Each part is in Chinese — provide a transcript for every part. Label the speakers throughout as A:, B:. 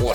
A: 我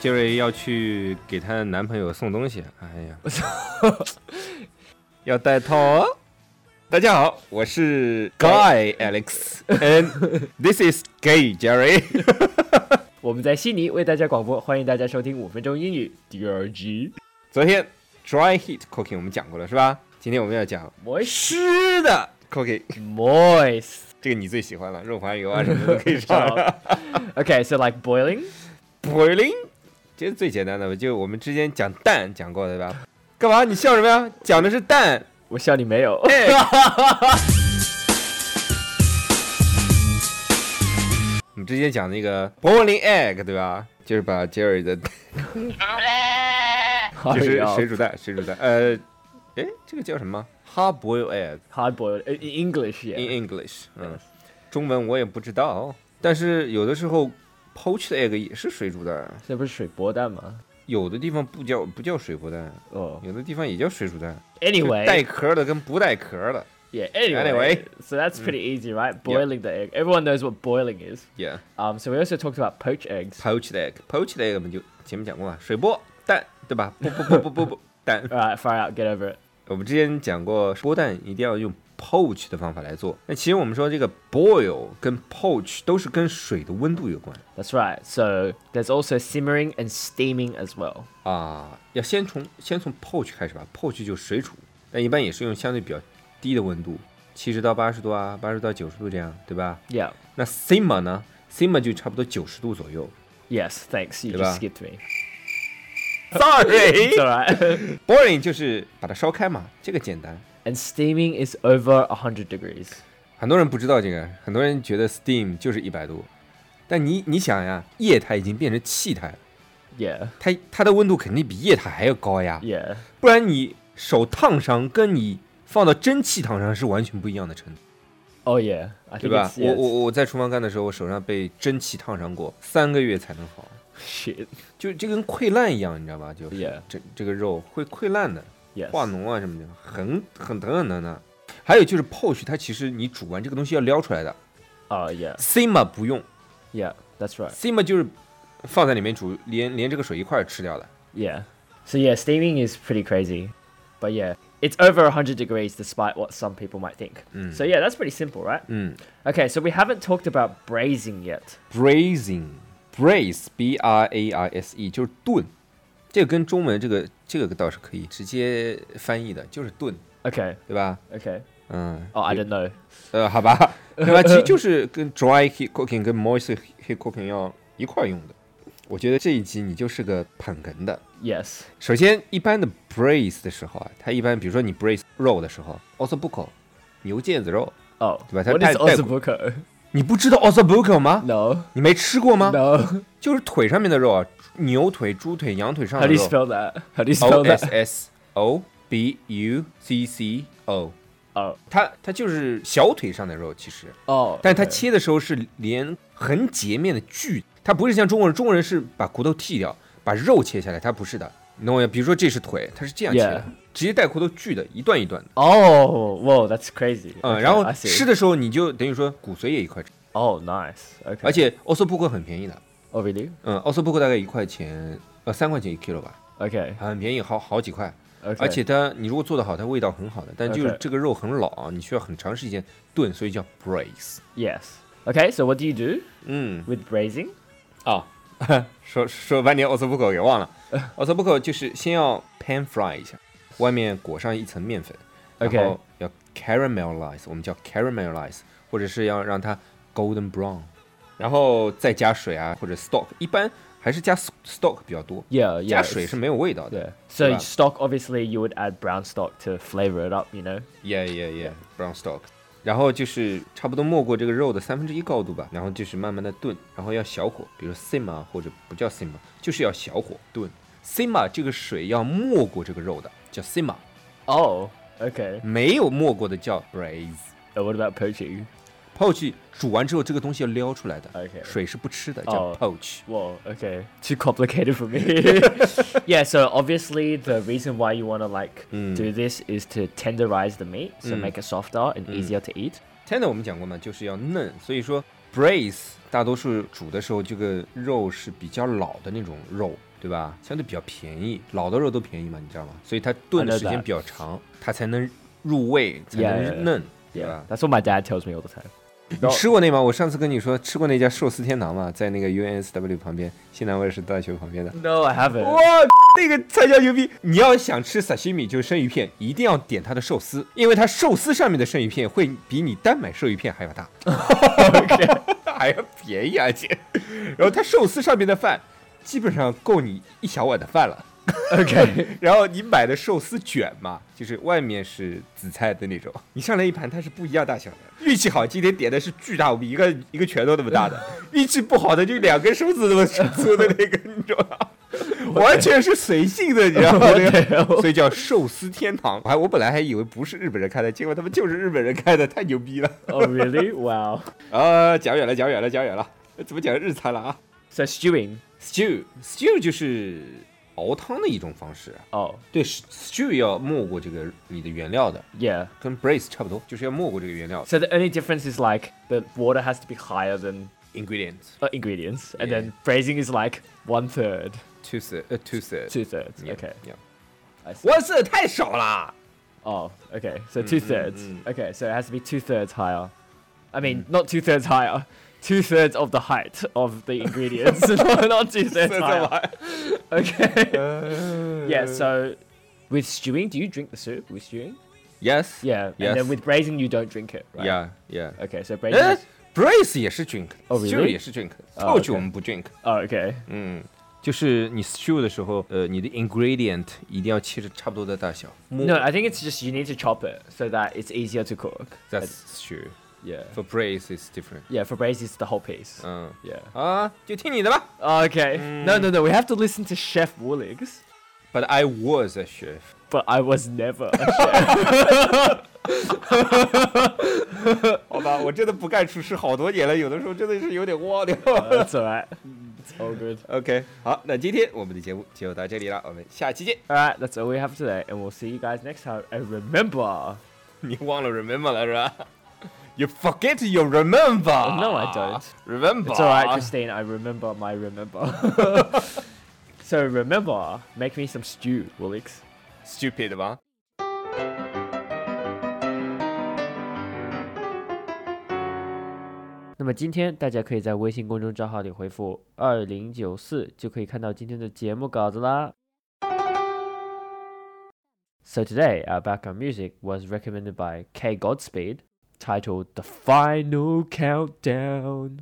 B: 杰瑞要去给她男朋友送东西，哎呀， 要带套哦。大家好，我是 Guy Alex，and this is Gay Jerry。
C: 我们在悉尼为大家广播，欢迎大家收听五分钟英语第二集。
B: 昨天 dry heat cooking 我们讲过了是吧？今天我们要讲
C: Moist,
B: 湿的 cooking，
C: moist.
B: 这个你最喜欢了，润滑油啊什么都可 以上
C: Okay, so like boiling.
B: boiling，这是最简单的，就我们之前讲蛋讲过的对吧？干嘛？你笑什么呀？讲的是蛋。
C: 我笑你没 有。
B: 我们之前讲那个 boiling egg 对吧？就是把 Jerry 的
C: 哎
B: 就是水
C: Hard
B: 煮蛋，水煮蛋，呃，哎，这个叫什么？Hard boiled egg
C: boiled. In English, yeah.
B: in English，嗯，中文我也不知道，但是有的时候 poached egg 也是水煮蛋，
C: 这不是水波蛋吗？
B: 有的地方不叫不叫水波蛋，
C: 哦。
B: 有的地方也叫水煮蛋，就是带
C: Anyway,
B: 壳的跟不带壳的
C: yeah. Anyway,
B: Anyway. Mm.
C: so that's pretty easy, right? Boiling the egg. Everyone knows what boiling is.
B: ，yeah。
C: Um, so we also talked about poached eggs.
B: poached egg，poached egg 我们就前面讲过了，水波蛋对吧？不不不不不不蛋，
C: All right, far out, get over it.
B: 我们之前讲过，波蛋一定要用 poach 的方法来做。那其实我们说这个 boil 跟 poach 都是跟水的温度有关
C: That's right. So there's also simmering and steaming as well.
B: 啊，要先从先从 poach 开始吧，poach 就是水煮，但一般也是用相对比较低的温度，七十到八十度啊，八十到九十度这样，对吧？
C: Yeah.
B: 那 simmer 呢？simmer 就差不多九十度左右。
C: Yes. Thanks. You
B: Good
C: just
B: luck.
C: skipped me.
B: Sorry，boiling
C: It's all right.
B: 就是把它烧开嘛，这个简单。
C: and steaming is over 100 degrees.
B: 很多人不知道这个，很多人觉得 steam 就是一百度，但你你想呀，液态已经变成气态了，
C: Yeah.
B: 它它的温度肯定比液态还要高呀，
C: Yeah.
B: 不然你手烫伤跟你放到蒸汽烫伤是完全不一样的程度，
C: Oh yeah. I
B: 对
C: think
B: 吧
C: it's？
B: 我
C: yeah,
B: 我我在厨房干的时候，我手上被蒸汽烫伤过，三个月才能好，
C: it's- shit.
B: 就这跟溃烂一样，你知道吧？就是
C: Yeah.
B: 这这个肉会溃烂的，
C: Yes.
B: 化脓啊什么的，很很疼很疼的。还有就是 poach，它其实你煮完这个东西要撩出来的
C: Oh yeah.
B: simmer 不用。
C: Yeah. That's right.
B: simmer 就是放在里面煮，连连这个水一块儿吃掉的。
C: Yeah. So yeah, steaming is pretty crazy. But yeah, it's over 100 degrees despite what some people might think.
B: Mm.
C: So yeah, that's pretty simple, right?
B: 嗯
C: Okay, so we haven't talked about braising yet.
B: ，braising，braise b r a i s e 就是炖，这个跟中文这个这个倒是可以直接翻译的，就是炖，
C: Okay.
B: 对吧？
C: Okay.
B: 嗯，
C: Oh, I don't know.
B: 呃，好吧，对吧？其实就是跟 dry heat cooking 跟 moist heat cooking 要一块儿用的。我觉得这一集你就是个捧哏的。
C: Yes.
B: 首先，一般的 braise 的时候啊，它一般比如说你 braise 肉的时候 o s b u c o 牛腱子肉，
C: Oh.
B: But I
C: what is
B: typed back-
C: ossobuco?
B: 你不知道 o s b u c o 吗？
C: No.
B: 你没吃过吗？
C: No.
B: 就是腿上面的肉啊，牛腿、猪腿、羊腿上
C: How
B: 的
C: do you spell
B: 肉。
C: that? How do you
B: O
C: spell
B: Oh, S
C: that?
B: S O B U C C O，
C: Oh.
B: 它它就是小腿上的肉，其实，
C: Oh.
B: 但是它
C: okay.
B: 切的时候是连横截面的锯，它不是像中国人，中国人是把骨头剔掉，把肉切下来，它不是的。你懂我意思？比如说这是腿，它是这样切的
C: Yeah
B: 直接带骨头锯的，一段一段的。
C: Oh, whoa, that's crazy.
B: 嗯，
C: Okay,
B: 然后
C: I
B: 吃
C: see.
B: 的时候你就等于说骨髓也一块吃，
C: Oh, nice. Okay.
B: 而且奥索布克很便宜的，
C: Oh, really?
B: 嗯，奥索布克大概一块钱，呃，三块钱一 kilo 吧。
C: Okay.
B: 很便宜，好好几块。
C: Okay.
B: 而且它，你如果做得好，它味道很好的。但就是
C: OK
B: 这个肉很老，你需要很长时间炖，所以叫 braise。
C: yes. Okay, so what do you do
B: 嗯
C: with braising?
B: 啊，说说半天 ossobuco 给忘了，ossobuco 就是先要 pan fry 一下，外面裹上一层面粉，然
C: OK
B: 后要 caramelize，我们叫 caramelize，或者是要让它 golden brown，然后再加水啊或者 stock，一般还是加 s- stock 比较多，
C: Yeah, yeah.
B: 加水
C: it's-
B: 是没有味道
C: Yeah.
B: 的
C: So
B: Right.
C: stock, obviously, you would add brown stock to flavor it up. You know.
B: ，yeah yeah yeah brown stock。然后就是差不多没过这个肉的三分之一高度吧，然后就是慢慢的炖，然后要小火，比如 sim 啊，或者不叫 sim，啊就是要小火炖。sim 啊，这个水要没过这个肉的，叫 sim 啊。
C: Oh, okay.
B: 没有没过的叫 braise。
C: Uh, what about poaching?
B: poach 煮完之后，这个东西要撩出来的
C: OK
B: 水是不吃的，叫
C: 哦
B: poach。
C: Whoa, okay. Too complicated for me. yeah, so obviously the reason why you want to like do this is to tenderize the meat, so
B: Mm.
C: make it softer and easier to eat.
B: tender 我们讲过嘛，就是要嫩，所以说 braise 大多数煮的时候，这个肉是比较老的那种肉，对吧？相对比较便宜，老的肉都便宜嘛，你知道吗？所以它炖
C: I
B: 的
C: know
B: 时间
C: that
B: 比较长，它才能入味，才
C: Yeah, yeah,
B: 能
C: yeah.
B: 嫩。对
C: Yeah,
B: 吧？
C: that's what my dad tells me all the time.
B: 你吃过那吗？我上次跟你说吃过那家寿司天堂嘛，在那个 UNSW 旁边，西南卫视大学旁边的。
C: No, I haven't.
B: 哇，那个才叫牛逼！你要想吃萨西米，就是生鱼片，一定要点它的寿司，因为它寿司上面的生鱼片会比你单买生鱼片还要大， 还要便宜而且，然后它寿司上面的饭基本上够你一小碗的饭了。
C: Okay.
B: 然后你买的寿司卷嘛，就是外面是紫菜的那种，你上来一盘它是不一样大小的。运气好，今天点的是巨大无比，一个一个拳头那么大的；运气不好的就两根手指那 么粗的那个，你知道吗？完全是随性的，你知道吗？
C: 我的天
B: 所以叫寿司天堂。我还我本来还以为不是日本人开的，结果他们就是日本人开的，太牛逼了！
C: oh, really? Wow.
B: 啊，讲远了，讲远了，讲远了，怎么讲日餐了啊
C: So stewing.
B: ？stew stew 就是熬汤的一种方式啊。
C: Oh,
B: 对，stew 要没过这个你的原料的，
C: yeah.
B: 跟 braise 差不多，就是要没过这个原料
C: So the only difference is like the water has to be higher than
B: ingredients
C: uh, ingredients, and
B: Yeah.
C: then braising is like one third,
B: two third 呃 two third
C: two thirds. Okay. I see.
B: one third 太少了，
C: Oh, okay. So two thirds.
B: Mm-hmm.
C: Okay, so it has to be two thirds higher. I mean,
B: Mm.
C: not two thirds higher. Two thirds of the height of the ingredients, not not two thirds higher. Okay. yeah.
B: Uh.
C: So, with stewing, do you drink the soup with stewing?
B: yes
C: Yeah. And
B: yes
C: then with braising, you don't drink it, right?
B: yeah yeah
C: Okay. So braising.
B: 哎
C: is-
B: braise 也是 drink
C: Oh,
B: stew
C: really？
B: 也是 drink
C: Oh,
B: poach
C: okay
B: 我们不 drink
C: Oh, okay.
B: 嗯，就是你 stew 的时候，呃，你的 ingredient 一定要切着差不多的大小。
C: No, I think it's just you need to chop it so that it's easier to cook.
B: That's stew
C: Yeah.
B: for braise is different。
C: Yeah. For braising, it's the whole piece.
B: 嗯
C: yeah.
B: 啊，就听你的吧。
C: Oh, Okay. No, no, no. We have to listen to Chef Wooligs.
B: But I was a chef。
C: But I was never.
B: 好吧，我真的不干厨师好多年了，有的时候真的是有点忘掉。
C: That's alright. It's all good.
B: OK，好，那今天我们的节目就到这里了，我们下期见。
C: Alright, that's all we have today, and we'll see you guys next time. And remember.
B: 你忘了 remember 了是吧？You forget you remember.
C: No, I don't.
B: Remember.
C: It's alright, Christine. I remember my remember. so remember, make me some stew, Woolix.
B: Stupid 吗？
C: 那么今天大家可以在微信公众账号里回复“二零九四”，就可以看到今天的节目稿子啦。So today our background music was recommended by K Godspeed, titled "The Final Countdown"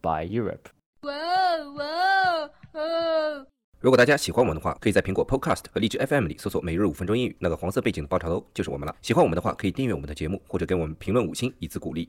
C: by Europe.
A: Whoa, whoa, whoa.
D: 如果大家喜欢我们的话，可以在苹果 Podcast 和荔枝 FM 里搜索“每日五分钟英语”，那个黄色背景的爆炒头就是我们了。喜欢我们的话，可以订阅我们的节目，或者给我们评论五星以资鼓励。